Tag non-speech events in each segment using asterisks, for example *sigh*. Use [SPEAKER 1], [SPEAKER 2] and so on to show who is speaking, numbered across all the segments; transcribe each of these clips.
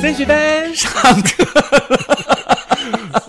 [SPEAKER 1] 森学班上课，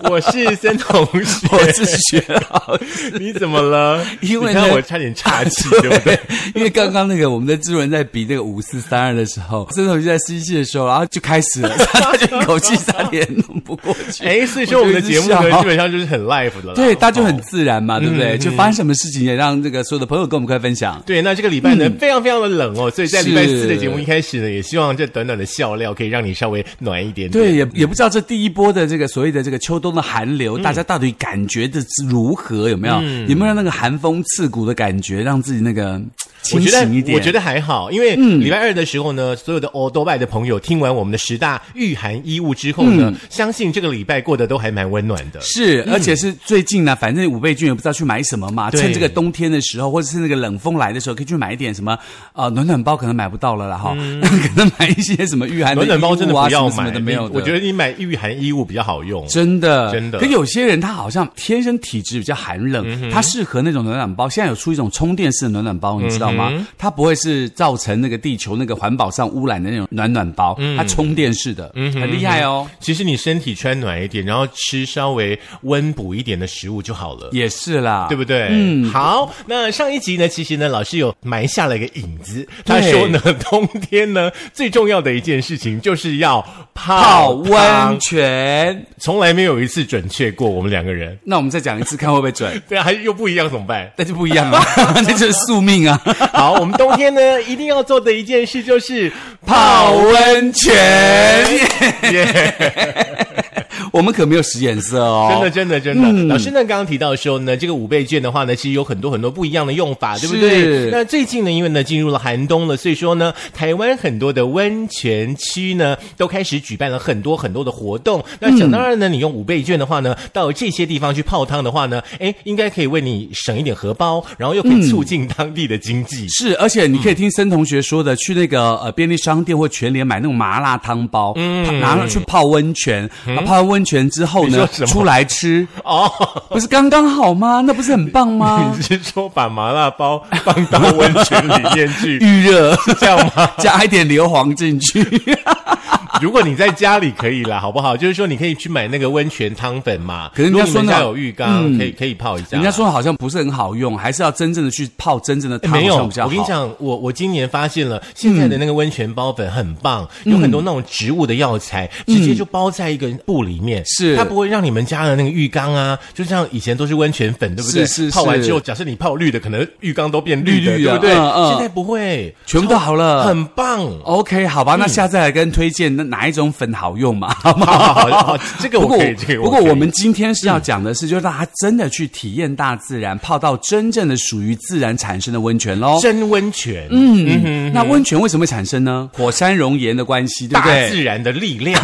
[SPEAKER 1] 我是森同学，
[SPEAKER 2] *laughs* 我是学老师，
[SPEAKER 1] 你怎么了？
[SPEAKER 2] 因为
[SPEAKER 1] 你
[SPEAKER 2] 呢
[SPEAKER 1] 看我差点岔
[SPEAKER 2] *laughs*
[SPEAKER 1] 气，对不对？
[SPEAKER 2] 因为刚刚那个我们的志文在比那个五四三二的时候，郑同学在吸气的时候，然后就开始了， *laughs* 他就一口气差点弄不过去。
[SPEAKER 1] 哎，所以说我们的节目呢
[SPEAKER 2] 我就一直，笑
[SPEAKER 1] 基本上就是很 live 的了。
[SPEAKER 2] 对，大家就很自然嘛，对不对？就发生什么事情也让这个所有的朋友跟我们快分享。
[SPEAKER 1] 对，那这个礼拜呢、非常非常的冷哦，所以在礼拜
[SPEAKER 2] 嗯是
[SPEAKER 1] 四的节目一开始呢，也希望这短短的笑料可以让你稍微暖一点点。
[SPEAKER 2] 对，也也不知道这第一波的这个所谓的这个秋冬的寒流，大家到底感觉的是如何？有没有？有没有让那个寒风刺骨的感觉，让自己那个
[SPEAKER 1] 我
[SPEAKER 2] 清
[SPEAKER 1] 觉
[SPEAKER 2] 醒一
[SPEAKER 1] 得
[SPEAKER 2] 点？嗯
[SPEAKER 1] 我觉得还好，因为礼拜二的时候呢，所有的欧多拜的朋友听完我们的十大御寒衣物之后呢，
[SPEAKER 2] 嗯
[SPEAKER 1] 相信这个礼拜过得都还蛮温暖的。
[SPEAKER 2] 是，而且是最近呢，反正五倍券也不知道去买什么嘛，
[SPEAKER 1] 嗯对
[SPEAKER 2] 趁这个冬天的时候，或者是那个冷风来的时候，可以去买一点什么呃暖暖包，可能买不到了啦哈， *laughs* 可能买一些什么御寒的
[SPEAKER 1] 嗯暖暖包真的
[SPEAKER 2] 衣物啊
[SPEAKER 1] 不要
[SPEAKER 2] 什么什
[SPEAKER 1] 买，
[SPEAKER 2] 么的没有的，
[SPEAKER 1] 我觉得你买御寒衣物比较好用。
[SPEAKER 2] 真的，
[SPEAKER 1] 真的嗯
[SPEAKER 2] 可有些人他好像天生体质比较寒冷，他适合那种暖暖包。现在有出一种充电式的暖暖包，你知道
[SPEAKER 1] 嗯
[SPEAKER 2] 吗？它不会是造成那个地球那个环保上污染的那种暖暖包，
[SPEAKER 1] 嗯
[SPEAKER 2] 它充电式的，很厉害哦。
[SPEAKER 1] 其实你身体穿暖一点，然后吃稍微温补一点的食物就好了。
[SPEAKER 2] 也是啦，
[SPEAKER 1] 对不对？嗯，好。那上一集呢，其实呢，老师有埋下了一个影子，他
[SPEAKER 2] 对
[SPEAKER 1] 说呢， *laughs* 冬天呢最重要的一件事情就是要
[SPEAKER 2] 泡
[SPEAKER 1] 泡
[SPEAKER 2] 温
[SPEAKER 1] 汤，
[SPEAKER 2] 泉。
[SPEAKER 1] 从来没有一次准确过，我们两个人。
[SPEAKER 2] 那我们再讲一次，看会不会准？ *laughs*
[SPEAKER 1] 对啊，还又不一样怎么办？
[SPEAKER 2] 那就不一样了， *laughs* 那就是宿命
[SPEAKER 1] *laughs*
[SPEAKER 2] 啊！
[SPEAKER 1] 好，我们冬天呢一定要做的一件事就是
[SPEAKER 2] 泡
[SPEAKER 1] 温
[SPEAKER 2] 温泉，
[SPEAKER 1] 泉。
[SPEAKER 2] *laughs* 我们可没有使眼色哦。
[SPEAKER 1] 真的，真的，真的。老师呢，刚刚提到说呢，这个五倍券的话呢，其实有很多很多不一样的用法，对不对
[SPEAKER 2] 是？
[SPEAKER 1] 那最近呢，因为呢进入了寒冬了，所以说呢，台湾很多的温泉区呢都开始举办了很多很多的活动。那想当然呢，你用五倍券的话呢，到这些地方去泡汤的话呢，哎，应该可以为你省一点荷包，然后又可以促进当地的经济。
[SPEAKER 2] 是，而且你可以听森同学说的，去那个呃便利商店或全联买那种麻辣汤包，嗯，然后去泡温泉，然后泡完温泉之后
[SPEAKER 1] 嗯你说
[SPEAKER 2] 呢
[SPEAKER 1] 什么，
[SPEAKER 2] 出来吃，
[SPEAKER 1] *laughs* 哦，
[SPEAKER 2] 不是刚刚好吗？那不是很棒
[SPEAKER 1] *laughs*
[SPEAKER 2] 吗
[SPEAKER 1] 你？是说把麻辣包放到温泉里面
[SPEAKER 2] *laughs*
[SPEAKER 1] 去？
[SPEAKER 2] 预
[SPEAKER 1] *laughs*
[SPEAKER 2] 热，
[SPEAKER 1] 这样吗？
[SPEAKER 2] 加一点硫磺
[SPEAKER 1] *laughs*
[SPEAKER 2] 进去，
[SPEAKER 1] 如果你在家里可以啦，好不好？就是说你可以去买那个温泉汤粉嘛。
[SPEAKER 2] 可是人
[SPEAKER 1] 如
[SPEAKER 2] 家
[SPEAKER 1] 果你们
[SPEAKER 2] 说
[SPEAKER 1] 家
[SPEAKER 2] 那
[SPEAKER 1] 有浴缸，可以可以泡一下。
[SPEAKER 2] 人家说好像不是很好用，还是要真正的去泡真正的
[SPEAKER 1] 诶
[SPEAKER 2] 汤
[SPEAKER 1] 哎没有，
[SPEAKER 2] 好像
[SPEAKER 1] 我
[SPEAKER 2] 比较好。
[SPEAKER 1] 跟你讲，我我今年发现了现在的那个温泉包粉很棒，
[SPEAKER 2] 嗯
[SPEAKER 1] 有很多那种植物的药材，直接就包在一个布里面，
[SPEAKER 2] 是
[SPEAKER 1] 它不会让你们家的那个浴缸啊，就像以前都是温泉粉，对不对？
[SPEAKER 2] 是是
[SPEAKER 1] 泡完
[SPEAKER 2] 是
[SPEAKER 1] 之后，假设你泡绿的，可能浴缸都变绿的，
[SPEAKER 2] 绿绿
[SPEAKER 1] 对
[SPEAKER 2] 的
[SPEAKER 1] 不对？
[SPEAKER 2] 嗯嗯
[SPEAKER 1] 现在不会，
[SPEAKER 2] 全部都好了
[SPEAKER 1] 很
[SPEAKER 2] *laughs*
[SPEAKER 1] 棒。
[SPEAKER 2] OK，好
[SPEAKER 1] 嗯
[SPEAKER 2] 吧，那下次来跟推荐那哪一种粉好用
[SPEAKER 1] *laughs*
[SPEAKER 2] 嘛，好吗？
[SPEAKER 1] 好好好好这个我
[SPEAKER 2] 不过
[SPEAKER 1] 可以这个我
[SPEAKER 2] 不过
[SPEAKER 1] 可以
[SPEAKER 2] 我们今天是要讲的是，就让他真的去体验大自然，泡到真正的属于自然产生的温泉喽。
[SPEAKER 1] 真温泉，
[SPEAKER 2] 嗯，那温泉为什么会产生呢？火山熔岩的关系，对
[SPEAKER 1] 大
[SPEAKER 2] 不对？
[SPEAKER 1] 自然的力
[SPEAKER 2] *laughs*
[SPEAKER 1] 量，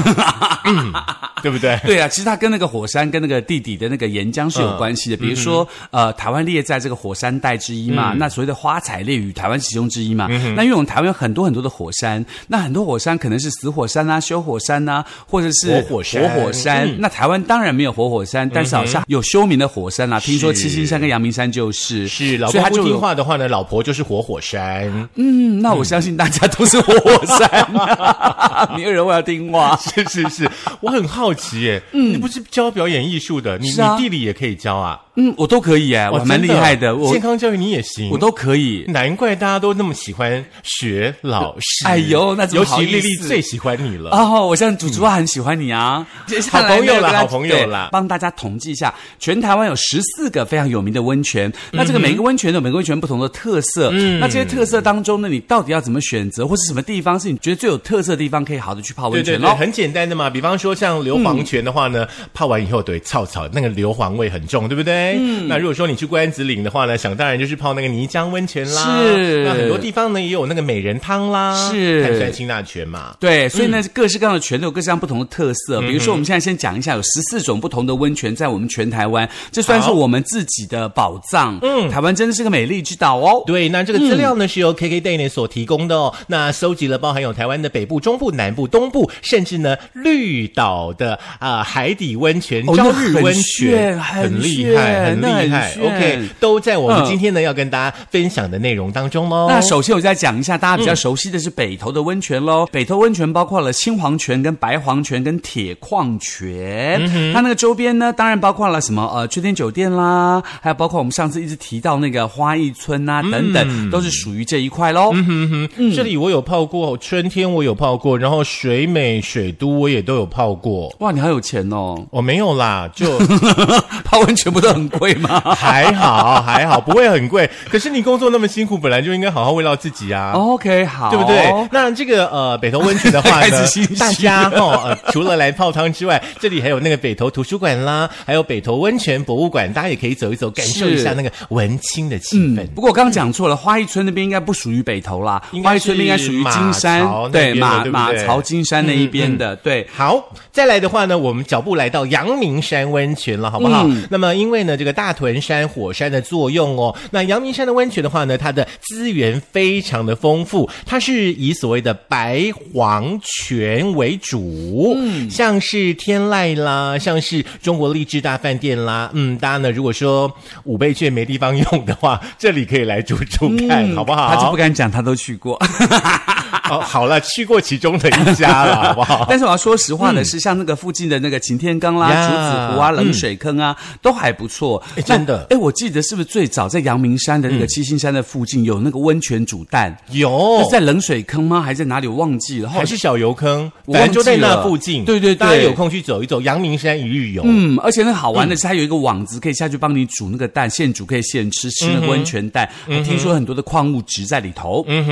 [SPEAKER 1] 嗯对不 *laughs* 对？
[SPEAKER 2] 对啊，其实它跟那个火山跟那个地底的那个岩浆是有关系
[SPEAKER 1] 嗯
[SPEAKER 2] 的。比如说，呃，台湾列在这个火山带之一嘛，那所谓的花彩列于台湾其中之一嘛。
[SPEAKER 1] 嗯
[SPEAKER 2] 那因为我们台湾有很多很多的火山，那很多火山可能是死火山啊、休火山啊，或者是
[SPEAKER 1] 活火山嗯
[SPEAKER 2] 活火山那台湾当然没有活火山，但是好像有休眠的火山啦、听说
[SPEAKER 1] 是
[SPEAKER 2] 七星山跟阳明山就是，
[SPEAKER 1] 是老公
[SPEAKER 2] 所以它
[SPEAKER 1] 不
[SPEAKER 2] 就
[SPEAKER 1] 听
[SPEAKER 2] 有
[SPEAKER 1] 话的话呢，老婆就是活火山，
[SPEAKER 2] 嗯，那我相信大家都是活火山、啊
[SPEAKER 1] *laughs*
[SPEAKER 2] 没有人会要听话。
[SPEAKER 1] *laughs* 是是是，我很好奇耶，嗯，你不是教表演艺术的，你
[SPEAKER 2] 是啊
[SPEAKER 1] 你地理也可以教啊，
[SPEAKER 2] 嗯，我都可以哎，我
[SPEAKER 1] 哇
[SPEAKER 2] 还蛮
[SPEAKER 1] 哦真啊
[SPEAKER 2] 厉害的，我
[SPEAKER 1] 健康教育你也行，
[SPEAKER 2] 我都可以。
[SPEAKER 1] 难怪大家都那么喜欢学老师，
[SPEAKER 2] 哎呦那怎
[SPEAKER 1] 尤
[SPEAKER 2] 么好
[SPEAKER 1] 其
[SPEAKER 2] 意思
[SPEAKER 1] 丽丽最喜欢你了，
[SPEAKER 2] 哦，我像主厨啊，很喜欢你啊，接下来
[SPEAKER 1] 好朋友啦
[SPEAKER 2] 呢跟大家
[SPEAKER 1] 好朋友啦
[SPEAKER 2] 对帮大家统计一下，全台湾有十四个非常有名的温泉，
[SPEAKER 1] 嗯
[SPEAKER 2] 那这个每一个温泉都有每个温泉不同的特色，那这些特色当中呢，你到底要怎么选择，或是什么地方是你觉得最有特色的地方，可以好的去泡
[SPEAKER 1] 对
[SPEAKER 2] 温
[SPEAKER 1] 对
[SPEAKER 2] 泉
[SPEAKER 1] 对，
[SPEAKER 2] 喽？
[SPEAKER 1] 很简单的嘛。比方说像硫磺泉的话呢，
[SPEAKER 2] 嗯
[SPEAKER 1] 泡完以后对，草草那个硫磺味很重，对不对？嗯。那如果说你去关子岭的话呢，想当然就是泡那个泥浆温泉啦。
[SPEAKER 2] 是
[SPEAKER 1] 那很多地方呢也有那个美人汤啦，
[SPEAKER 2] 是
[SPEAKER 1] 碳酸氢钠泉嘛。
[SPEAKER 2] 对，所以
[SPEAKER 1] 嗯
[SPEAKER 2] 呢，各式各样的泉都有各式各样不同的特色。比如说，我们现在先讲一下，有十四种不同的温泉在我们全台湾，这算是
[SPEAKER 1] 好
[SPEAKER 2] 我们自己的宝藏。嗯，台湾真的是个美丽之岛哦。
[SPEAKER 1] 对，那这个资料呢、是
[SPEAKER 2] 嗯
[SPEAKER 1] 由 KKday 呢所提供的哦。那搜集了包含有台湾的北部、中部、南部、东部，甚至呢绿岛的啊、海底温泉、
[SPEAKER 2] 哦
[SPEAKER 1] 朝
[SPEAKER 2] 那
[SPEAKER 1] 日
[SPEAKER 2] 很
[SPEAKER 1] 温泉，
[SPEAKER 2] 炫
[SPEAKER 1] 很
[SPEAKER 2] 很
[SPEAKER 1] 厉害害，很
[SPEAKER 2] 那
[SPEAKER 1] 厉
[SPEAKER 2] 很
[SPEAKER 1] 害。
[SPEAKER 2] 炫
[SPEAKER 1] OK，都在我们
[SPEAKER 2] 嗯
[SPEAKER 1] 今天呢要跟大家分享的内容当中哦喽。
[SPEAKER 2] 那首先我再讲一下大家比较熟悉的是北投的温泉
[SPEAKER 1] 嗯
[SPEAKER 2] 喽。北投温泉包括了青黄泉、跟白黄泉、跟铁矿泉。
[SPEAKER 1] 嗯
[SPEAKER 2] 它那个周边呢，当然包括了什么呃秋天酒店啦，还有包括我们上次一直提到那个花艺村啊等
[SPEAKER 1] 嗯
[SPEAKER 2] 等，都是属于这一块喽。嗯
[SPEAKER 1] 这里我有泡过，春天我有泡过，然后水美、水都我也都有泡过。
[SPEAKER 2] 哇，你好有钱哦！ *laughs*
[SPEAKER 1] 我没有啦，就
[SPEAKER 2] 泡温泉不都很贵
[SPEAKER 1] *laughs*
[SPEAKER 2] 吗？
[SPEAKER 1] 还好，
[SPEAKER 2] *laughs*
[SPEAKER 1] 还好，不会很贵。可是你工作那么辛苦，本来就应该好好慰劳自己啊。
[SPEAKER 2] OK，好，
[SPEAKER 1] 对不对？那这个呃，北投温泉的话
[SPEAKER 2] *laughs* 开
[SPEAKER 1] 呢
[SPEAKER 2] 始心虚，
[SPEAKER 1] 大家哈、哦呃，除了来泡汤之外，这里还有那个北投图书馆啦，还有北投温泉博物馆，大家也可以走一走，感受一下那个文青的气氛。
[SPEAKER 2] 嗯不过我刚刚讲错了，花艺村那边应该不属于北投啦
[SPEAKER 1] 应，该
[SPEAKER 2] 花艺村那应该属于金
[SPEAKER 1] 是马槽
[SPEAKER 2] 山，
[SPEAKER 1] 那边的
[SPEAKER 2] 马
[SPEAKER 1] 对嗯不
[SPEAKER 2] 马
[SPEAKER 1] 对
[SPEAKER 2] 槽金山那一边的，对。
[SPEAKER 1] 好，再来的话呢，我们脚步来到阳明山温泉了，好不好？那么因为呢，这个大屯山火山的作用哦，那阳明山的温泉的话呢，它的资源非常的丰富，它是以所谓的白黄泉为主，嗯，像是天籁啦，像是中国励志大饭店啦，嗯，大家呢如果说五倍券没地方用的话，这里可以来住住看，好不好？
[SPEAKER 2] 他就不敢讲他都去过，
[SPEAKER 1] 哦，好了，去过其中的一家了，好不
[SPEAKER 2] *laughs*
[SPEAKER 1] 好？
[SPEAKER 2] 但是我要说实话
[SPEAKER 1] 嗯
[SPEAKER 2] 呢，是像那个附近的那个擎天岗啦、
[SPEAKER 1] 呀
[SPEAKER 2] 竹子湖啊、冷水坑啊，都还不错。
[SPEAKER 1] 哎
[SPEAKER 2] 那
[SPEAKER 1] 嗯真的
[SPEAKER 2] 哎，我记得是不是最早在阳明山的那个七星山的附近有那个温泉煮蛋？
[SPEAKER 1] 有
[SPEAKER 2] 是在冷水坑吗？还是在哪里？我忘记了。
[SPEAKER 1] 哦
[SPEAKER 2] 后
[SPEAKER 1] 还
[SPEAKER 2] 来
[SPEAKER 1] 是小油坑，
[SPEAKER 2] 哦我
[SPEAKER 1] 反正就在
[SPEAKER 2] 忘记
[SPEAKER 1] 那
[SPEAKER 2] 了
[SPEAKER 1] 附近。
[SPEAKER 2] 对对对
[SPEAKER 1] 大家有空去走一走，阳明山一日游。
[SPEAKER 2] 嗯，而且那好玩的是，它有一个网子可以下去帮你煮那个蛋，现煮可以现吃，吃
[SPEAKER 1] 嗯
[SPEAKER 2] 那个温泉蛋。我听说很多的矿物质在里头。嗯，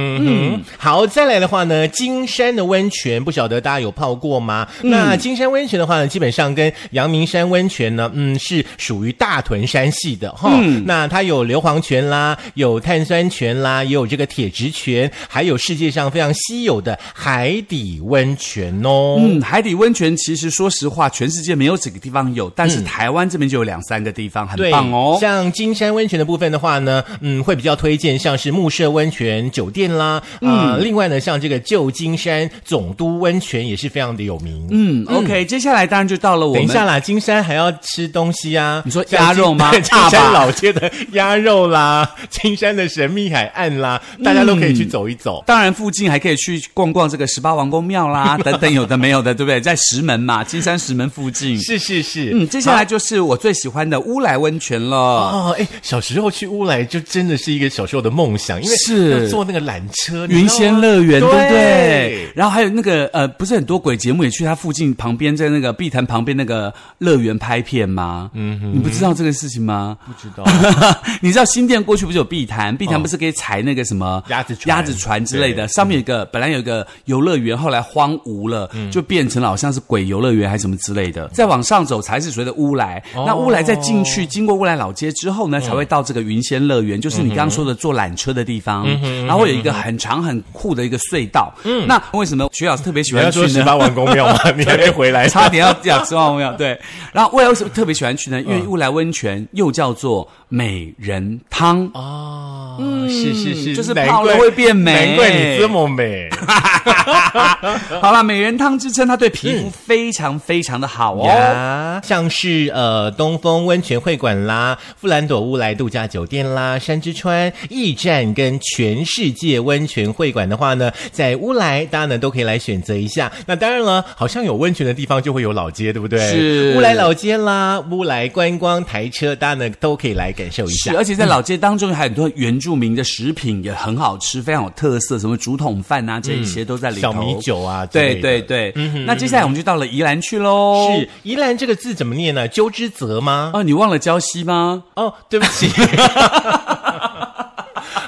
[SPEAKER 1] 嗯，好，再来的话呢，金山的温泉，不晓得大家有泡过吗？
[SPEAKER 2] 嗯
[SPEAKER 1] 那金山温泉的话呢，基本上跟阳明山温泉呢，嗯，是属于大屯山系的哈。
[SPEAKER 2] 嗯
[SPEAKER 1] 那它有硫磺泉啦，有碳酸泉啦，也有这个铁质泉，还有世界上非常稀有的海底温泉哦。
[SPEAKER 2] 海底温泉其实说实话，全世界没有几个地方有，但是台湾这边就有两三个地方，很
[SPEAKER 1] 嗯对，
[SPEAKER 2] 棒哦。
[SPEAKER 1] 像金山温泉的部分的话呢，嗯，会比较推荐像是木舍温泉酒店啦，
[SPEAKER 2] 嗯
[SPEAKER 1] 啊、另外呢，像这个旧金山总督温泉也是非常的有名。嗯，
[SPEAKER 2] 嗯，OK，接下来当然就到了我
[SPEAKER 1] 等一
[SPEAKER 2] 们
[SPEAKER 1] 下啦，金山还要吃东西啊。
[SPEAKER 2] 你说
[SPEAKER 1] 像
[SPEAKER 2] 鸭肉
[SPEAKER 1] *laughs*
[SPEAKER 2] 吗
[SPEAKER 1] 金金
[SPEAKER 2] 大
[SPEAKER 1] 山
[SPEAKER 2] 吧
[SPEAKER 1] 老街的鸭肉
[SPEAKER 2] *laughs*
[SPEAKER 1] 啦，金山的神秘海岸啦，大家都可以去走一走。
[SPEAKER 2] 当然，附近还可以去逛逛这个十八王公庙啦，等等，有的没有的，对不对？在石门嘛，金山石门附近。
[SPEAKER 1] 是是是，
[SPEAKER 2] 嗯，接下来就是我最喜欢的乌来温泉了。
[SPEAKER 1] 哦，哎，小时候去乌来就真的是一个小时候的梦想，因为
[SPEAKER 2] 是
[SPEAKER 1] 要坐那个缆车，你知道吗
[SPEAKER 2] 云仙乐园，对不
[SPEAKER 1] 对
[SPEAKER 2] 对？然后还有那个呃，不是很多鬼节目也去它附近旁边，在那个碧潭旁边那个乐园拍片吗？嗯哼，你不知道这个事情吗？
[SPEAKER 1] 不知道。
[SPEAKER 2] *laughs*
[SPEAKER 1] 哦
[SPEAKER 2] 你知道新店过去不是有碧潭？碧潭不是可以踩那个什么
[SPEAKER 1] 鸭子船
[SPEAKER 2] 鸭子船之类
[SPEAKER 1] 对
[SPEAKER 2] 的？上面有一个本来有一个游乐园，后来荒芜了，
[SPEAKER 1] 嗯
[SPEAKER 2] 就变成了好像是鬼游乐园还是什么之类的。再往上走才是所谓的乌来，
[SPEAKER 1] 哦
[SPEAKER 2] 那乌来再进去，经过乌来老街之后
[SPEAKER 1] 嗯
[SPEAKER 2] 呢，才会到这个云仙乐园，就是你刚刚说的坐缆车的地
[SPEAKER 1] 嗯
[SPEAKER 2] 方，然后会有一个很长很酷的一个隧道。那为什么徐老师特别喜
[SPEAKER 1] 你要
[SPEAKER 2] 欢去
[SPEAKER 1] 嗯说
[SPEAKER 2] 呢
[SPEAKER 1] 十？八王公庙吗？ *laughs* 你还没回来？
[SPEAKER 2] 差点要讲十万没有
[SPEAKER 1] *laughs*
[SPEAKER 2] 对。然后我为什么特别喜欢去
[SPEAKER 1] 嗯
[SPEAKER 2] 呢？因为乌来温泉又叫做美人汤。
[SPEAKER 1] 哦，是是是，
[SPEAKER 2] 就是
[SPEAKER 1] 难
[SPEAKER 2] 泡了
[SPEAKER 1] 怪
[SPEAKER 2] 会变美
[SPEAKER 1] 难怪你这么美
[SPEAKER 2] 好了，美人汤之称，它对皮肤非常非常的好哦。
[SPEAKER 1] 呀！像是呃东风温泉会馆啦、富兰朵乌来度假酒店啦、山之川驿站跟全世界温泉会馆的话呢，在乌来大家呢都可以来选择一下。那当然了，好像有温泉的地方就会有老街，对不对？
[SPEAKER 2] 是
[SPEAKER 1] 乌来老街啦、乌来观光台车，大家呢都可以来感受一下
[SPEAKER 2] 是，。而且在老街当中还有很多原住民的食品也很好吃，非常有特色，什么竹筒饭啊，这一些都在里
[SPEAKER 1] 嗯
[SPEAKER 2] 头。
[SPEAKER 1] 小米，酒啊之类
[SPEAKER 2] 对
[SPEAKER 1] 的，嗯
[SPEAKER 2] 对对。那接下来我们就到了宜兰去喽。
[SPEAKER 1] 是宜兰这个字怎么念呢？鸠之泽吗？
[SPEAKER 2] 哦，你忘了礁溪吗？
[SPEAKER 1] 哦，对不起。 *laughs*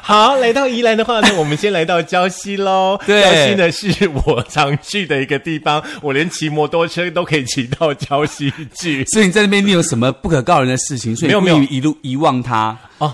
[SPEAKER 1] 好，来到宜兰的话呢，我们先来到礁溪喽。
[SPEAKER 2] *laughs* 对
[SPEAKER 1] 礁溪呢是我常去的一个地方，我连骑摩托车都可以骑到礁溪去。
[SPEAKER 2] 所以你在那边你有什么不可告人的事情，所以
[SPEAKER 1] 没有
[SPEAKER 2] 你
[SPEAKER 1] 没有
[SPEAKER 2] 故意一路遗忘它。
[SPEAKER 1] 哦，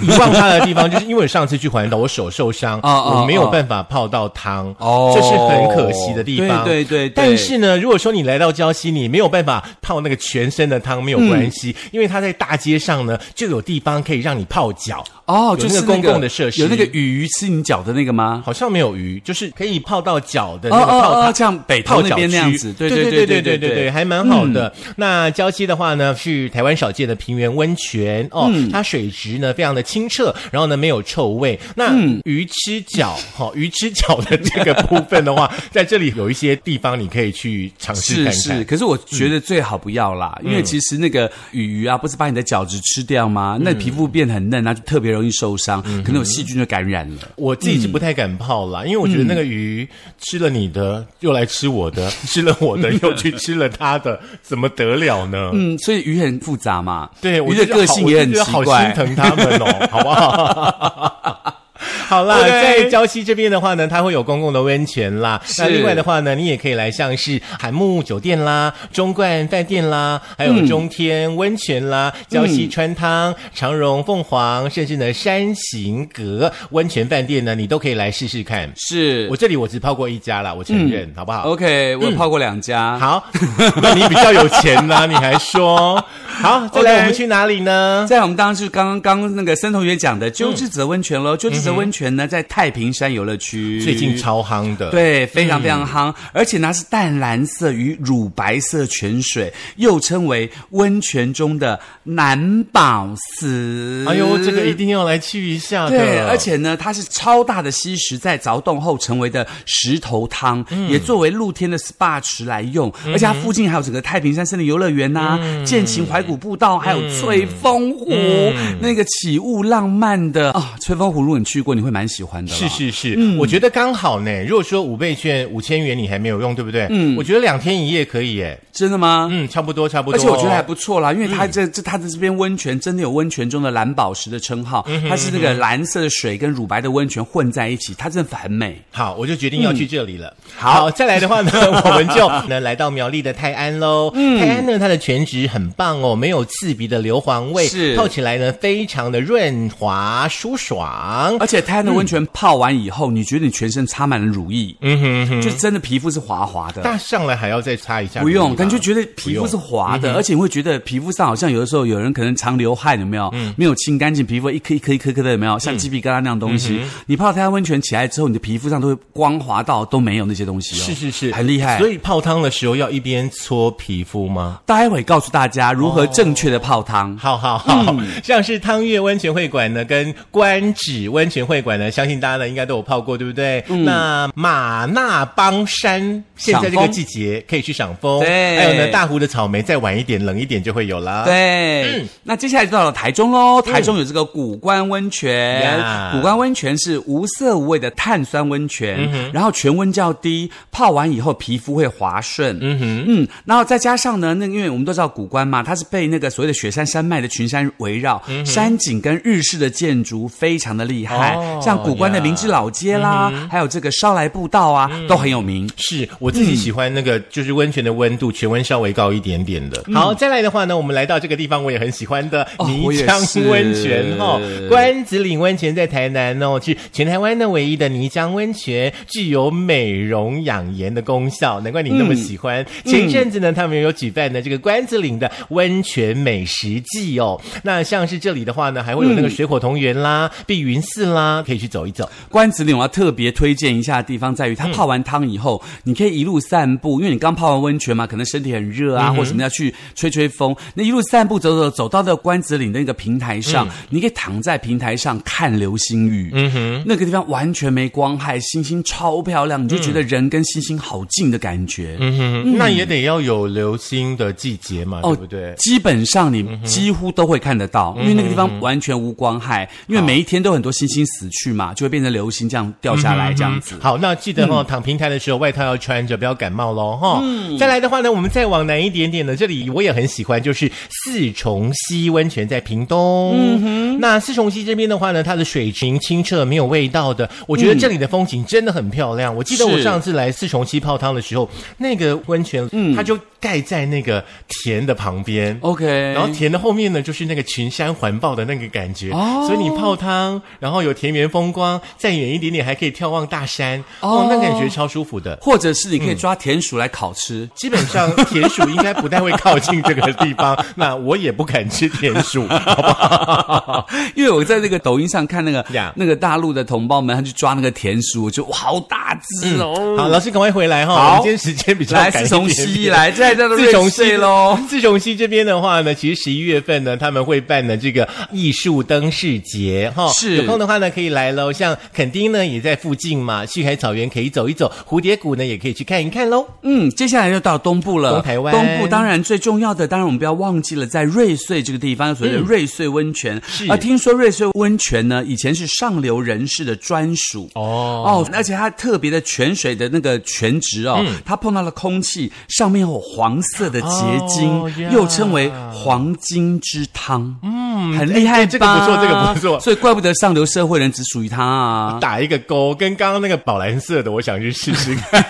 [SPEAKER 1] 遗忘它的地方，就是因为我上次去环岛，我手受伤，
[SPEAKER 2] *laughs* 哦哦
[SPEAKER 1] 我没有办法泡到汤，
[SPEAKER 2] 哦
[SPEAKER 1] 这是很可惜的地方。
[SPEAKER 2] 对对对对
[SPEAKER 1] 但是呢，如果说你来到礁溪，你没有办法泡那个全身的汤，没
[SPEAKER 2] 嗯
[SPEAKER 1] 有关系，因为它在大街上呢，就有地方可以让你泡脚。
[SPEAKER 2] 哦，
[SPEAKER 1] 有
[SPEAKER 2] 就是
[SPEAKER 1] 那个公共的设施
[SPEAKER 2] 有那个鱼吃你脚的那个吗？
[SPEAKER 1] 好像没有鱼，就是可以泡到脚的那
[SPEAKER 2] 哦
[SPEAKER 1] 个
[SPEAKER 2] 哦
[SPEAKER 1] 泡
[SPEAKER 2] 哦
[SPEAKER 1] 汤，，
[SPEAKER 2] 像北
[SPEAKER 1] 泡
[SPEAKER 2] 投那
[SPEAKER 1] 脚
[SPEAKER 2] 边那样
[SPEAKER 1] 区
[SPEAKER 2] 子，
[SPEAKER 1] 对
[SPEAKER 2] 对
[SPEAKER 1] 对
[SPEAKER 2] 对
[SPEAKER 1] 对
[SPEAKER 2] 对嗯
[SPEAKER 1] 对，还蛮好的。那礁溪的话呢，是台湾少见的平原温泉哦，
[SPEAKER 2] 嗯
[SPEAKER 1] 它水质呢非常的清澈，然后呢没有臭味。那
[SPEAKER 2] 嗯
[SPEAKER 1] 鱼吃脚，哈、鱼吃脚的这个部分的
[SPEAKER 2] *laughs*
[SPEAKER 1] 话，在这里有一些地方你可以去尝试
[SPEAKER 2] 是
[SPEAKER 1] 看
[SPEAKER 2] 是，
[SPEAKER 1] 看。嗯
[SPEAKER 2] 可是我觉得最好不要啦，因为其实那个鱼啊，不是把你的角质吃掉
[SPEAKER 1] 嗯
[SPEAKER 2] 吗？那皮肤变很嫩啊，就特别容易受伤，可能有细菌就感染了。
[SPEAKER 1] 我自己是不太敢泡啦，因为我觉得那
[SPEAKER 2] 嗯
[SPEAKER 1] 个鱼吃了你的，又来吃我的，吃了我
[SPEAKER 2] *laughs*
[SPEAKER 1] 的又去吃了它的，怎么得了呢？
[SPEAKER 2] 嗯，所以鱼很复杂嘛，
[SPEAKER 1] 对，我
[SPEAKER 2] 鱼
[SPEAKER 1] 觉
[SPEAKER 2] 的
[SPEAKER 1] 得
[SPEAKER 2] 个
[SPEAKER 1] 好
[SPEAKER 2] 性
[SPEAKER 1] 我
[SPEAKER 2] 也
[SPEAKER 1] 就
[SPEAKER 2] 很
[SPEAKER 1] 觉得
[SPEAKER 2] 奇
[SPEAKER 1] 好
[SPEAKER 2] 怪
[SPEAKER 1] 心。疼他们
[SPEAKER 2] *laughs*
[SPEAKER 1] 哦，好不好？ *laughs* 好啦
[SPEAKER 2] OK
[SPEAKER 1] 在礁溪这边的话呢，它会有公共的温泉啦。那另外的话呢，你也可以来像是海木酒店啦、中冠饭店啦，还有中天温泉啦、
[SPEAKER 2] 嗯
[SPEAKER 1] 礁溪川汤、长荣凤凰，甚至呢山行阁温泉饭店呢，你都可以来试试看。
[SPEAKER 2] 是嗯哦
[SPEAKER 1] 我这里我只泡过一家啦，我承认，好不好？
[SPEAKER 2] ，OK，我有泡过两家。
[SPEAKER 1] 好， *laughs* 那你比较有钱啦，你还说好？再来，
[SPEAKER 2] OK
[SPEAKER 1] 我们去哪里呢？
[SPEAKER 2] 在我们当时刚刚刚那个森同学讲
[SPEAKER 1] 嗯
[SPEAKER 2] 的鸠之泽温泉喽，鸠之泽温泉呢在太平山游乐区，
[SPEAKER 1] 最近超嗯夯的，，
[SPEAKER 2] 对，非常非常夯，而且呢是淡蓝色与乳白色泉水，又称为温泉中的蓝宝石。
[SPEAKER 1] 哎呦，这个一。定要来去一下的。
[SPEAKER 2] 对，而且呢，它是超大的溪石在凿洞后成为的石头汤，
[SPEAKER 1] 嗯
[SPEAKER 2] 也作为露天的 SPA 池来用。而且它附近还有整个太平山森林游乐园呐、
[SPEAKER 1] 嗯
[SPEAKER 2] 剑琴怀古步道，还有翠峰湖、
[SPEAKER 1] 嗯
[SPEAKER 2] 那个起雾浪漫的啊、翠峰湖如果你去过，你会蛮喜欢的啦。
[SPEAKER 1] 是是是，我觉得刚好呢。如果说五倍券五千元你还没有用，对不对？嗯，我觉得两天一夜可以耶。
[SPEAKER 2] 真的吗？
[SPEAKER 1] 嗯，差不多差不多。嗯
[SPEAKER 2] 而且我觉得还不错啦，因为它这这它的这边温泉真的有温泉中的蓝宝石的称号，
[SPEAKER 1] 嗯
[SPEAKER 2] 它是那个蓝色的水跟乳白的温泉混在一起，它真的很美。
[SPEAKER 1] 好，我就决定要去这里了。嗯好再来的 *laughs* 话呢，我们就呢来到苗栗的泰安喽。泰安呢，它的全职很棒哦，没有刺鼻的硫磺味，
[SPEAKER 2] 是
[SPEAKER 1] 泡起来呢非常的润滑舒爽。
[SPEAKER 2] *laughs* 而且泰安的温泉泡完以后，你觉得你全身擦满了乳液，嗯哼就真的皮肤是滑滑的。
[SPEAKER 1] 但上来还要再擦一下乳
[SPEAKER 2] 不
[SPEAKER 1] 液吗，
[SPEAKER 2] 用，感觉觉得皮肤是滑
[SPEAKER 1] 嗯
[SPEAKER 2] 的，而且你会觉得皮肤上好像有的时候有人可能常流汗，有没有？
[SPEAKER 1] 嗯
[SPEAKER 2] 没有清干净，皮肤一颗一颗一颗颗的，有没有？像鸡皮疙瘩那样东
[SPEAKER 1] 嗯
[SPEAKER 2] 西。你泡泰安温泉起来之后，你的皮肤上都会光滑到都没有那些东西哦。
[SPEAKER 1] 是是是，
[SPEAKER 2] 很厉害。
[SPEAKER 1] 所以泡汤的时候要一边搓皮肤吗？
[SPEAKER 2] 待会告诉大家如何正确的泡
[SPEAKER 1] *laughs*
[SPEAKER 2] 汤。
[SPEAKER 1] 好好好，像是汤月温泉会馆呢，跟关指温泉会馆呢，相信大家呢应该都有泡过，对不对？那马那邦山现在这个季节可以去赏枫，
[SPEAKER 2] 对
[SPEAKER 1] 还有呢大湖的草莓，再晚一点冷一点就会有啦。。
[SPEAKER 2] 对，那接下来就到了台中喽。台中有这个古关温泉
[SPEAKER 1] 呀，
[SPEAKER 2] 古关温泉是无色无味的碳酸温泉，然后泉温较低，泡完以后皮肤会滑顺。嗯哼，嗯，然后再加上呢，那个因为我们都知道古关嘛，它是被那个所谓的雪山山脉的群山围绕，山景跟日式的建筑非常的厉害
[SPEAKER 1] 哦，
[SPEAKER 2] 像古关的
[SPEAKER 1] 呀
[SPEAKER 2] 林芝老街啦，还有这个烧来步道啊，都很有名。
[SPEAKER 1] 是我自己喜欢那
[SPEAKER 2] 嗯
[SPEAKER 1] 个，就是温泉的温度，全温稍微高一点点的。好，再来的话呢，我们来到这个地方，我也很喜欢的
[SPEAKER 2] 哦
[SPEAKER 1] 泥
[SPEAKER 2] 我也
[SPEAKER 1] 浆
[SPEAKER 2] 是
[SPEAKER 1] 温泉哦，关子岭温泉在台南哦，是全台湾呢唯一的泥浆温泉，具有美容养颜的功效，难怪你那么喜欢。
[SPEAKER 2] 嗯
[SPEAKER 1] 前一阵子呢，他们有举办的这个关子岭的温泉美食季哦，那像是这里的话呢，还会有
[SPEAKER 2] 嗯
[SPEAKER 1] 那个水火同源啦、碧云寺啦，可以去走一走。
[SPEAKER 2] 关子岭我要特别推荐一下的地方在于，
[SPEAKER 1] 嗯
[SPEAKER 2] 它泡完汤以后，你可以一路散步，因为你刚泡完温泉嘛，可能身体很热
[SPEAKER 1] 嗯
[SPEAKER 2] 啊，或什么要去吹吹风，那一路散步走走走到那个关子岭的那个平台
[SPEAKER 1] 嗯
[SPEAKER 2] 上，你可以躺在平台上看流星雨，嗯哼，那个地方完全没光害，星星超漂亮，你就觉得人跟星星好近的感觉，嗯哦
[SPEAKER 1] 嗯，那也得要有流星的季节嘛，对不对？嗯
[SPEAKER 2] 基本上你几乎都会看得到，因为那个地方完全无光害，因为每一天都有很多星星死子去嘛，就会变成流星这样掉下
[SPEAKER 1] 嗯
[SPEAKER 2] 来这样子。嗯
[SPEAKER 1] 好，那记得哦，躺平台的时候外套要穿着，不要感冒喽哈。再来的话呢，我们再往南一点点呢，这里我也很喜欢，就是四重溪温泉在屏东。嗯哼，那四重溪这边的话呢，它的水情清澈，没有味道的。我觉得这里的风景真的很漂亮。我记得我
[SPEAKER 2] 嗯是
[SPEAKER 1] 上次来四重溪泡汤的时候，那个温泉，嗯，它就盖在那个田的旁边。
[SPEAKER 2] OK，
[SPEAKER 1] 然后田的后面呢，就是那个群山环抱的那个感觉，
[SPEAKER 2] 哦
[SPEAKER 1] 所以你泡汤，然后有田园风光，再远一点点还可以眺望大山，
[SPEAKER 2] 哦
[SPEAKER 1] 哦，那感觉超舒服的。
[SPEAKER 2] 或者是你
[SPEAKER 1] 嗯
[SPEAKER 2] 可以抓田鼠来烤吃。
[SPEAKER 1] 基本上田鼠应该不太会靠近这个地
[SPEAKER 2] *laughs*
[SPEAKER 1] 方，那我也不敢吃田鼠，好不好？
[SPEAKER 2] *laughs* 因为我在那个抖音上看那个
[SPEAKER 1] 啊呀
[SPEAKER 2] 那个大陆的同胞们，他去抓那个田鼠，我就哇好大只哦。
[SPEAKER 1] 好，老师赶快回来哈、
[SPEAKER 2] 好
[SPEAKER 1] 我们今天时间比较
[SPEAKER 2] *laughs* 来
[SPEAKER 1] 赶
[SPEAKER 2] 四
[SPEAKER 1] 一
[SPEAKER 2] 重
[SPEAKER 1] 点点
[SPEAKER 2] 溪，来在这
[SPEAKER 1] 自从
[SPEAKER 2] 瑞穗
[SPEAKER 1] 西
[SPEAKER 2] 喽。
[SPEAKER 1] *laughs* 自从西这边的话呢，其实十一月份呢，他们会办呢这个艺术灯饰节哈。
[SPEAKER 2] 是
[SPEAKER 1] 有空的话呢，可以来喽。像垦丁呢也在附近嘛，旭海草原可以走一走，蝴蝶谷呢也可以去看一看喽。
[SPEAKER 2] 嗯，接下来就到东部了。
[SPEAKER 1] 东台湾
[SPEAKER 2] 东部当然最重要的，当然我们不要忘记了，在瑞穗这个地方，所谓的瑞穗温泉。
[SPEAKER 1] 嗯是
[SPEAKER 2] 啊，听说瑞穗温泉呢，以前是上流人士的专属。
[SPEAKER 1] 哦嗯
[SPEAKER 2] 哦，而且它特别的泉水的那个泉质哦，它碰到了空气，上面有黄色的结晶，
[SPEAKER 1] 哦呀
[SPEAKER 2] 又称为黄金之汤。嗯，很
[SPEAKER 1] 哎
[SPEAKER 2] 厉害吧、
[SPEAKER 1] 这个不错这个不错
[SPEAKER 2] 所以怪不得上流社会人只属于
[SPEAKER 1] *laughs*
[SPEAKER 2] 它啊。
[SPEAKER 1] 打一个勾，跟刚刚那个宝蓝色的，我想去试试看。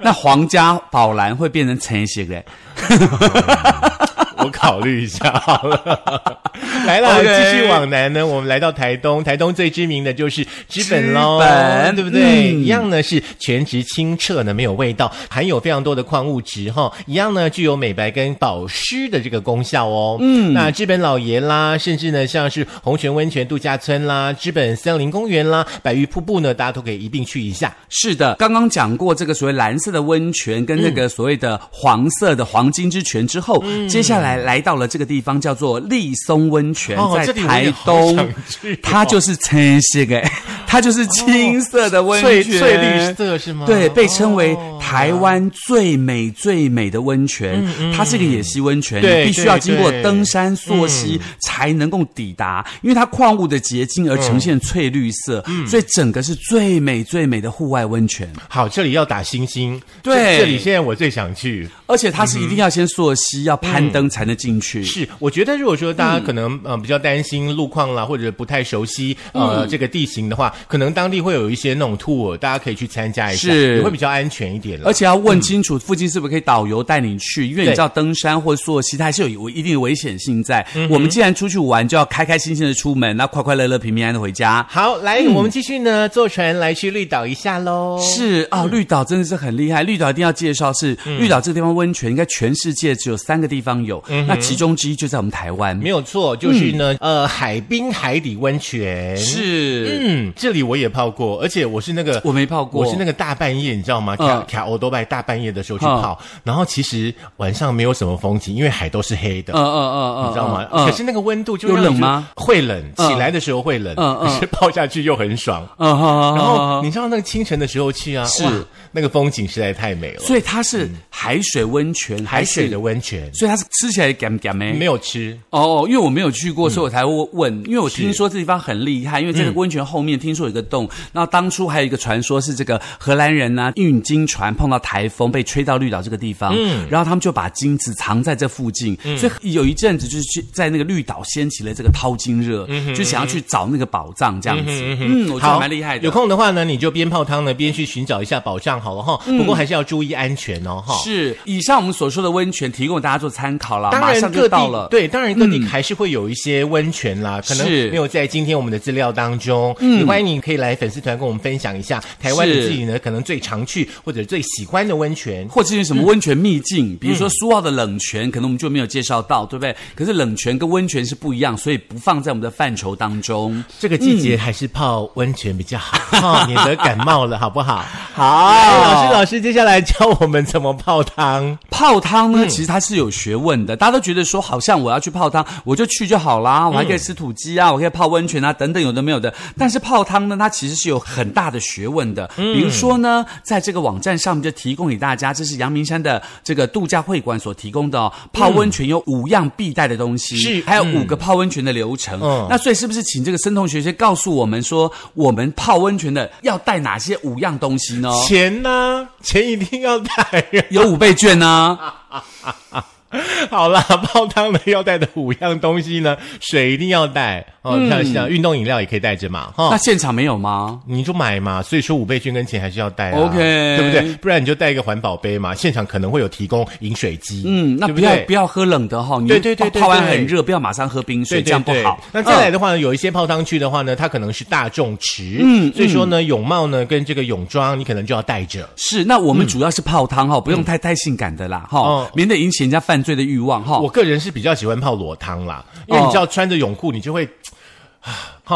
[SPEAKER 2] 那皇家宝蓝会变成橙色的。
[SPEAKER 1] 我考虑一下好了。来了
[SPEAKER 2] OK
[SPEAKER 1] 继续往南呢，我们来到台东。台东最知名的就是纸本喽，
[SPEAKER 2] 纸本
[SPEAKER 1] 对不对？
[SPEAKER 2] 嗯
[SPEAKER 1] 一样呢是全植清澈呢，没有味道，含有非常多的矿物质哈、一样呢具有美白跟保湿的这个功效哦。嗯，那纸本老爷啦，甚至呢像是红泉温泉度假村啦、纸本森林公园啦、百玉瀑布呢，大家都可以一并去一下。
[SPEAKER 2] 是的，刚刚讲过这个所谓蓝色的温泉跟那
[SPEAKER 1] 嗯
[SPEAKER 2] 个所谓的黄色的黄金之泉之后，接下来来到了这个地方叫做立松温泉，
[SPEAKER 1] 哦
[SPEAKER 2] 在
[SPEAKER 1] 这里我也
[SPEAKER 2] 台
[SPEAKER 1] 好
[SPEAKER 2] 东
[SPEAKER 1] 想去哦，
[SPEAKER 2] 它就是青色哎，它就是青色的温
[SPEAKER 1] 翠
[SPEAKER 2] 泉，
[SPEAKER 1] 翠绿色是吗？
[SPEAKER 2] 对，被称为
[SPEAKER 1] 哦嗯
[SPEAKER 2] 台湾最美最美的温泉，它是一个野溪温泉，
[SPEAKER 1] 对
[SPEAKER 2] 你必须要
[SPEAKER 1] 对
[SPEAKER 2] 经过
[SPEAKER 1] 对
[SPEAKER 2] 登山溯溪才能够抵达，因为它矿物的结晶而呈现翠绿色，
[SPEAKER 1] 嗯
[SPEAKER 2] 所以整个是最美最美的户外温泉。
[SPEAKER 1] 好，这里要打星星。
[SPEAKER 2] 对嗯
[SPEAKER 1] 这这里现在我最想去。
[SPEAKER 2] 而且它是一定要先溯溪，要攀登才能进去。
[SPEAKER 1] 嗯是，我觉得如果说大家可能呃比较担心路况啦，或者不太熟悉
[SPEAKER 2] 嗯
[SPEAKER 1] 呃这个地形的话，可能当地会有一些那种 tour，大家可以去参加一下，
[SPEAKER 2] 是
[SPEAKER 1] 也会比较安全一点了
[SPEAKER 2] 而。且要问清楚附近是不是可以导游带你去，
[SPEAKER 1] 嗯
[SPEAKER 2] 因为你知道登山或溯溪，它还是有一定的危险性在。
[SPEAKER 1] 嗯
[SPEAKER 2] 我们既然出去玩，就要开开心心的出门，那快快乐乐、平平安安的回家。
[SPEAKER 1] 好，来，我们继续呢，坐船来去绿岛一下喽。
[SPEAKER 2] 嗯是
[SPEAKER 1] 嗯
[SPEAKER 2] 啊，绿岛真的是很厉害。绿岛一定要介绍是，绿岛这个地方温泉应该全世界只有三个地方有，那其中之一就在我们台湾
[SPEAKER 1] 嗯没。有错，就是呢，呃，海滨海底温泉。
[SPEAKER 2] 嗯是，
[SPEAKER 1] 嗯，这里我也泡过，而且我是那个
[SPEAKER 2] 我没泡过
[SPEAKER 1] 我是那个大半夜，你知道吗？卡
[SPEAKER 2] 嗯
[SPEAKER 1] 卡欧多拜大半夜的时候去泡，然后其实晚上没有什么风景，因为海都是黑的
[SPEAKER 2] 嗯。嗯嗯嗯，
[SPEAKER 1] 你知道吗？
[SPEAKER 2] 嗯
[SPEAKER 1] 可是那个温度就
[SPEAKER 2] 有
[SPEAKER 1] 让你
[SPEAKER 2] 冷
[SPEAKER 1] 觉得
[SPEAKER 2] 吗
[SPEAKER 1] 会冷，
[SPEAKER 2] 嗯
[SPEAKER 1] 起来的时候会冷，
[SPEAKER 2] 嗯嗯
[SPEAKER 1] 可是泡下去又很爽。
[SPEAKER 2] 嗯哼，
[SPEAKER 1] 然
[SPEAKER 2] 然
[SPEAKER 1] 后你知道那个清晨的时候去啊，
[SPEAKER 2] 是
[SPEAKER 1] 哇那个风景实在太美了。
[SPEAKER 2] 所以它是海水温泉，
[SPEAKER 1] 嗯海水的
[SPEAKER 2] 还
[SPEAKER 1] 温泉
[SPEAKER 2] 是，所以它是吃起来干干没
[SPEAKER 1] 没有吃，
[SPEAKER 2] 哦，因为我没有去
[SPEAKER 1] 嗯
[SPEAKER 2] 过，所以我才会问。因为我听说这地方很厉害，因为这个温泉后面听说有一个洞，那当初还有一个传说是这个荷兰人呐、运金船碰到台风被吹到绿岛这个地方，
[SPEAKER 1] 嗯
[SPEAKER 2] 然后他们就把金子藏在这附近，所以有一阵子就是去在那个绿岛掀起了这个淘金热，
[SPEAKER 1] 嗯
[SPEAKER 2] 就想要去找那个宝藏这样子。嗯，我觉得
[SPEAKER 1] 好
[SPEAKER 2] 蛮厉害的。
[SPEAKER 1] 有空的话呢，你就边泡汤呢，边去寻找一下宝藏好了哈。
[SPEAKER 2] 嗯
[SPEAKER 1] 不过还是要注意安全哦哈。
[SPEAKER 2] 是以上我们所说的温泉提供大家做参考啦，
[SPEAKER 1] 当
[SPEAKER 2] 啊马
[SPEAKER 1] 然
[SPEAKER 2] 上
[SPEAKER 1] 各
[SPEAKER 2] 就
[SPEAKER 1] 地
[SPEAKER 2] 到了。嗯
[SPEAKER 1] 对，当然各地还是会有一些温泉啦，可能
[SPEAKER 2] 是
[SPEAKER 1] 没有在今天我们的资料当中。嗯，也欢迎你可以来粉丝团跟我们分享一下台湾你
[SPEAKER 2] 是
[SPEAKER 1] 自己呢可能最常去或者最喜欢的温泉。
[SPEAKER 2] 或者是什么温泉秘境，比如说苏澳的冷泉，可能我们就没有介绍到，对不对？可是冷泉跟温泉是不一样，所以不放在我们的范畴当中。
[SPEAKER 1] 这个季
[SPEAKER 2] 嗯
[SPEAKER 1] 节还是泡温泉比较好， *laughs* 哈免得感冒了，好不好？
[SPEAKER 2] *laughs* 好
[SPEAKER 1] 哎老师，老师，接下来教我们怎么泡汤。
[SPEAKER 2] 泡汤呢，其实它是有学问的。大家都觉得说，好像我要去泡汤，我就去就好
[SPEAKER 1] 嗯
[SPEAKER 2] 啦，我还可以吃土鸡啊，我可以泡温泉啊，等等，有的没有的。但是泡汤呢，它其实是有很大的学问的。
[SPEAKER 1] 嗯
[SPEAKER 2] 比如说呢，在这个网站上面就提供给大家，这是阳明山的这个度假会馆所提供的哦，泡温泉有五样必带的东西，
[SPEAKER 1] 是
[SPEAKER 2] 还有五个泡温泉的流程。
[SPEAKER 1] 嗯
[SPEAKER 2] 那所以是不是请这个森同学先告诉我们说，我们泡温泉的要带哪些五样东西呢？
[SPEAKER 1] 钱呢、钱一定要带 *laughs* 呀。
[SPEAKER 2] 有五倍券
[SPEAKER 1] 哦
[SPEAKER 2] 啊，
[SPEAKER 1] 好啦，泡汤呢要带的五样东西呢，水一定要带哦，
[SPEAKER 2] 嗯
[SPEAKER 1] 像像运动饮料也可以带着嘛，哈、
[SPEAKER 2] 那现场没有吗？
[SPEAKER 1] 你就买嘛，所以说五倍券跟钱还是要带啊
[SPEAKER 2] OK
[SPEAKER 1] 对不对？不然你就带一个环保杯嘛，现场可能会有提供饮水机，
[SPEAKER 2] 嗯，那
[SPEAKER 1] 对
[SPEAKER 2] 不
[SPEAKER 1] 不
[SPEAKER 2] 要
[SPEAKER 1] 对
[SPEAKER 2] 不？要喝冷的哈，你
[SPEAKER 1] 对对对对
[SPEAKER 2] 泡完
[SPEAKER 1] 对
[SPEAKER 2] 很热，不要马上喝冰水，
[SPEAKER 1] 对
[SPEAKER 2] 这
[SPEAKER 1] 对
[SPEAKER 2] 样不
[SPEAKER 1] 对
[SPEAKER 2] 好。，
[SPEAKER 1] 那再来
[SPEAKER 2] 嗯
[SPEAKER 1] 的话呢，有一些泡汤区的话呢，它可能是大众池，嗯，所以说呢，泳帽呢跟这个泳装你可能就要带着。
[SPEAKER 2] 是，那我们主要是泡汤哈，不用太太性感的啦哈
[SPEAKER 1] 嗯哦，
[SPEAKER 2] 免得引起人家犯罪的欲望哈
[SPEAKER 1] 我。个人是比较喜欢泡裸汤啦，因为你知
[SPEAKER 2] 哦
[SPEAKER 1] 道穿着泳裤你就会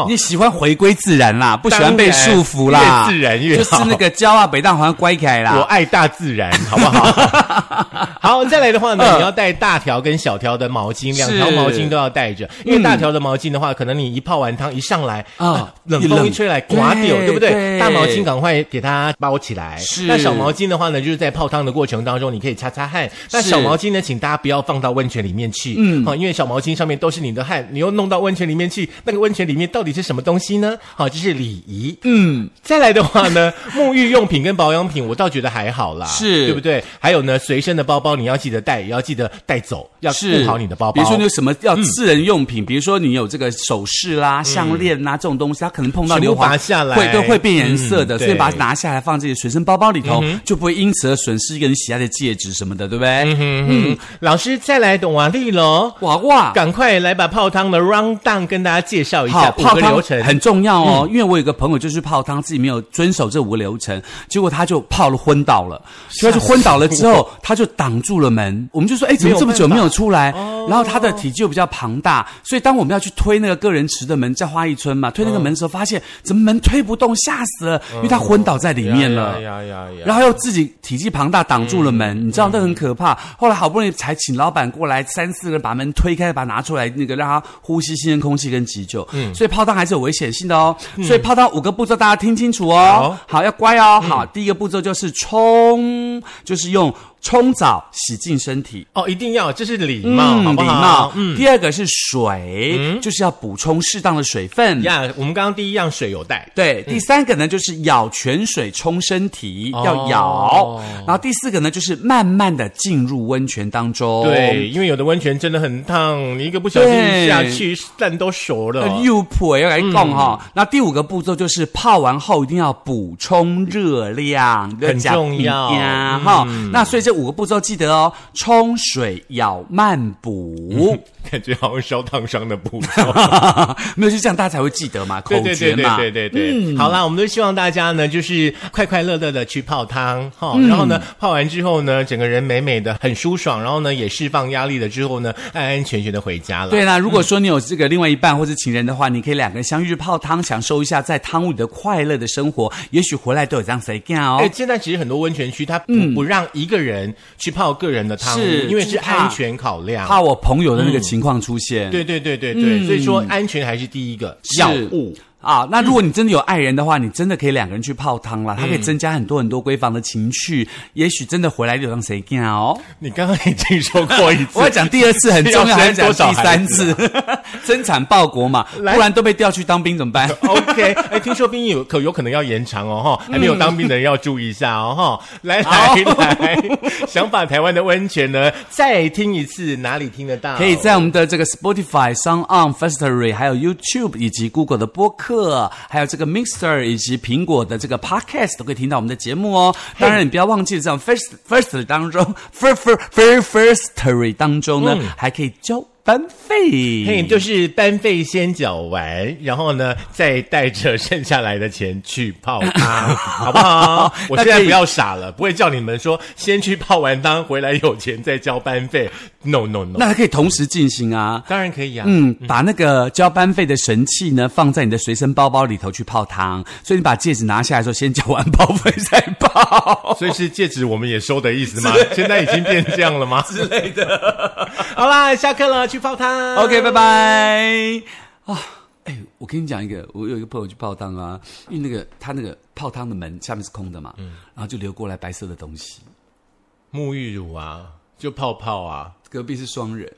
[SPEAKER 2] 你喜欢回归自然啦，不喜欢被
[SPEAKER 1] 当然
[SPEAKER 2] 束缚啦，
[SPEAKER 1] 越自然越
[SPEAKER 2] 就是
[SPEAKER 1] 好
[SPEAKER 2] 那个骄傲北大好像乖起来
[SPEAKER 1] 我
[SPEAKER 2] 啦。
[SPEAKER 1] 爱大自然，好不好？ *laughs* 好，再来的话呢，
[SPEAKER 2] 嗯
[SPEAKER 1] 你要带大条跟小条的毛巾，两条
[SPEAKER 2] 是
[SPEAKER 1] 毛巾都要带着，因为大条的毛巾的话，可能你一泡完汤一上来
[SPEAKER 2] 啊
[SPEAKER 1] 啊，冷
[SPEAKER 2] 一冷
[SPEAKER 1] 风一吹来，刮掉，
[SPEAKER 2] 对
[SPEAKER 1] 对不对？
[SPEAKER 2] 对
[SPEAKER 1] 大毛巾赶快给它包起来。
[SPEAKER 2] 是
[SPEAKER 1] 那小毛巾的话呢，就是在泡汤的过程当中，你可以擦擦汗。那
[SPEAKER 2] 是
[SPEAKER 1] 小毛巾呢，请大家不要放到温泉里面去，嗯，好，因为小毛巾上面都是你的汗，你又弄到温泉里面去，那个温泉里面到底是什么东西呢？好，这是礼仪。
[SPEAKER 2] 嗯，
[SPEAKER 1] 再来的话呢， *laughs* 沐浴用品跟保养品，我倒觉得还好啦，
[SPEAKER 2] 是
[SPEAKER 1] 对不对？还有呢，随身的包包你要记得带，也要记得带走，要
[SPEAKER 2] 是
[SPEAKER 1] 顾好你的包包。嗯
[SPEAKER 2] 比如说你有什么要私人用品，比如说你有这个首饰啦、项链啊啦这种东西，它可能碰到
[SPEAKER 1] 全部
[SPEAKER 2] 硫磺
[SPEAKER 1] 拔下来
[SPEAKER 2] 会对会变颜色的，
[SPEAKER 1] 嗯
[SPEAKER 2] 所以把它
[SPEAKER 1] 对嗯
[SPEAKER 2] 拿下来放自己的随身包包里头，就不会因此而损失一个你喜爱的戒指什么的，对不对？
[SPEAKER 1] 嗯，老师再来懂瓦力喽。
[SPEAKER 2] 哇哇！
[SPEAKER 1] 赶快来把泡汤的 round down 跟大家介绍一
[SPEAKER 2] 好，
[SPEAKER 1] 下五
[SPEAKER 2] 泡
[SPEAKER 1] 个
[SPEAKER 2] 汤
[SPEAKER 1] 流程。嗯
[SPEAKER 2] 很重要哦，因为我有个朋友就是泡汤，自己没有遵守这五个流程，结果他就泡了昏倒了，结果就昏倒了之后，他就挡住了门，我们就说，哎，怎么这么久没有出来？
[SPEAKER 1] 哦
[SPEAKER 2] 然后他的体积又比较庞大，所以当我们要去推那个个人池的门，在花艺村嘛，推
[SPEAKER 1] 嗯
[SPEAKER 2] 那个门的时候，发现怎么门推不动，吓死了，因为他昏倒在里面了。
[SPEAKER 1] 哎呀呀呀
[SPEAKER 2] 然后又自己体积庞大挡住了门，
[SPEAKER 1] 嗯
[SPEAKER 2] 你知道那很可怕。后来好不容易才请老板过来，三四个人把门推开，把它拿出来，那个让他呼吸新鲜空气跟急救。
[SPEAKER 1] 嗯
[SPEAKER 2] 所以泡汤还是有危险性的哦。所以泡汤五个步骤大家听清楚哦，好要乖哦。好，
[SPEAKER 1] 嗯
[SPEAKER 2] 第一个步骤就是冲，就是用冲澡洗净身体。
[SPEAKER 1] 哦，一定要，这是礼貌，好嗯不
[SPEAKER 2] 嗯礼
[SPEAKER 1] 好？
[SPEAKER 2] 貌。第二个是水，就是要补充适当的水分。
[SPEAKER 1] 呀，我们刚刚第一样水有带，
[SPEAKER 2] 对，第三个呢就是舀泉水冲身体，
[SPEAKER 1] 嗯哦
[SPEAKER 2] 要舀。然后第四个呢就是慢慢的进入温泉当中。
[SPEAKER 1] 对，。因为有的温泉真的很烫，你一个不小心
[SPEAKER 2] 对
[SPEAKER 1] 一下去，蛋都熟了。
[SPEAKER 2] 哎又普要来
[SPEAKER 1] 嗯
[SPEAKER 2] 讲哈，那第五个步骤就是泡完后一定要补充热量，
[SPEAKER 1] 很重要嗯
[SPEAKER 2] 呀啊哈。那所以这五个步骤记得哦，冲水、舀、慢
[SPEAKER 1] *laughs*
[SPEAKER 2] 补，
[SPEAKER 1] *laughs*
[SPEAKER 2] *laughs*
[SPEAKER 1] 感觉好像烧烫伤的步骤。
[SPEAKER 2] 没有就这样大家才会记得嘛，口
[SPEAKER 1] 对对
[SPEAKER 2] 诀
[SPEAKER 1] 对对
[SPEAKER 2] 嘛。
[SPEAKER 1] 对对对，
[SPEAKER 2] 嗯
[SPEAKER 1] 好啦，我们都希望大家呢，就是快快乐乐的去泡汤哈、
[SPEAKER 2] 嗯
[SPEAKER 1] 然后呢，泡完之后呢，整个人美美的，很舒爽，然后呢，也释放压力了之后呢，安安全全的回家了。
[SPEAKER 2] 对啊啦，如果说你有这个另外一半或是情人的话，你可以两个人相遇泡汤，享受一下在汤屋里的快乐的生活，也许回来都有这样子一个哦
[SPEAKER 1] 哎、。现在其实很多温泉区它不、不让一个人去泡个人的汤屋，
[SPEAKER 2] 嗯是
[SPEAKER 1] 因为是
[SPEAKER 2] 就是啊怕
[SPEAKER 1] 安全考量。
[SPEAKER 2] 怕我朋友的那个情况出现。
[SPEAKER 1] 对对对对对，所以说安全还是第一个
[SPEAKER 2] 是
[SPEAKER 1] 要务。
[SPEAKER 2] 啊，那如果你真的有爱人的话，你真的可以两个人去泡汤啦，它可以增加很多很多闺房的情趣，也许真的回来就让谁干哦。
[SPEAKER 1] 你刚刚已经说过一次
[SPEAKER 2] 我要，讲第二次很 *laughs* 重要，
[SPEAKER 1] 要
[SPEAKER 2] 还要
[SPEAKER 1] 生
[SPEAKER 2] 讲
[SPEAKER 1] 多少
[SPEAKER 2] 第三
[SPEAKER 1] 孩子
[SPEAKER 2] 次， *laughs* 增产报国嘛，不
[SPEAKER 1] 来
[SPEAKER 2] 然都被调去当兵怎么 *laughs* 办？
[SPEAKER 1] OK，哎，听说兵役有可有可能要延长哦，哈，还没有当兵的人要注意一下哦，哈。来来
[SPEAKER 2] 嗯好
[SPEAKER 1] 来，想把台湾的温泉呢再听一次，哪里听得到？
[SPEAKER 2] 可以在我们的这个 Spotify、Sound On、Firstory，还有 YouTube 以及 Google 的播客，还有这个 Mixer 以及苹果的这个 Podcast 都可以听到我们的节目哦。当然，你不要忘记在我们 First First 当中，First First Firstory 当中呢，还可以交班
[SPEAKER 1] 嗯
[SPEAKER 2] 费，
[SPEAKER 1] 嘿，就是班费先缴完，然后呢，再带着剩下来的钱去泡
[SPEAKER 2] *laughs*
[SPEAKER 1] 汤，好不好？我现在不要傻了，不会叫你们说先去泡完汤回来有钱再交班费。No No No，
[SPEAKER 2] 那还可以同时进行啊。
[SPEAKER 1] 当然可以啊。
[SPEAKER 2] 嗯，把那个交班费的神器呢放在你的随身包包里头去泡汤，所以你把戒指拿下来的时候，先交完包费再泡。
[SPEAKER 1] 所以是戒指我们也哦收的意思吗？现在已经变这样了吗？ *laughs* 之类的。 *laughs* 好啦，下课了，去泡汤。
[SPEAKER 2] OK，拜拜啊！哎，我跟你讲一个，我有一个朋友去泡汤啊，因为那个他那个泡汤的门下面是空的嘛，然后就流过来白色的东西。
[SPEAKER 1] 沐浴乳啊，就泡泡啊。
[SPEAKER 2] 隔壁是双人，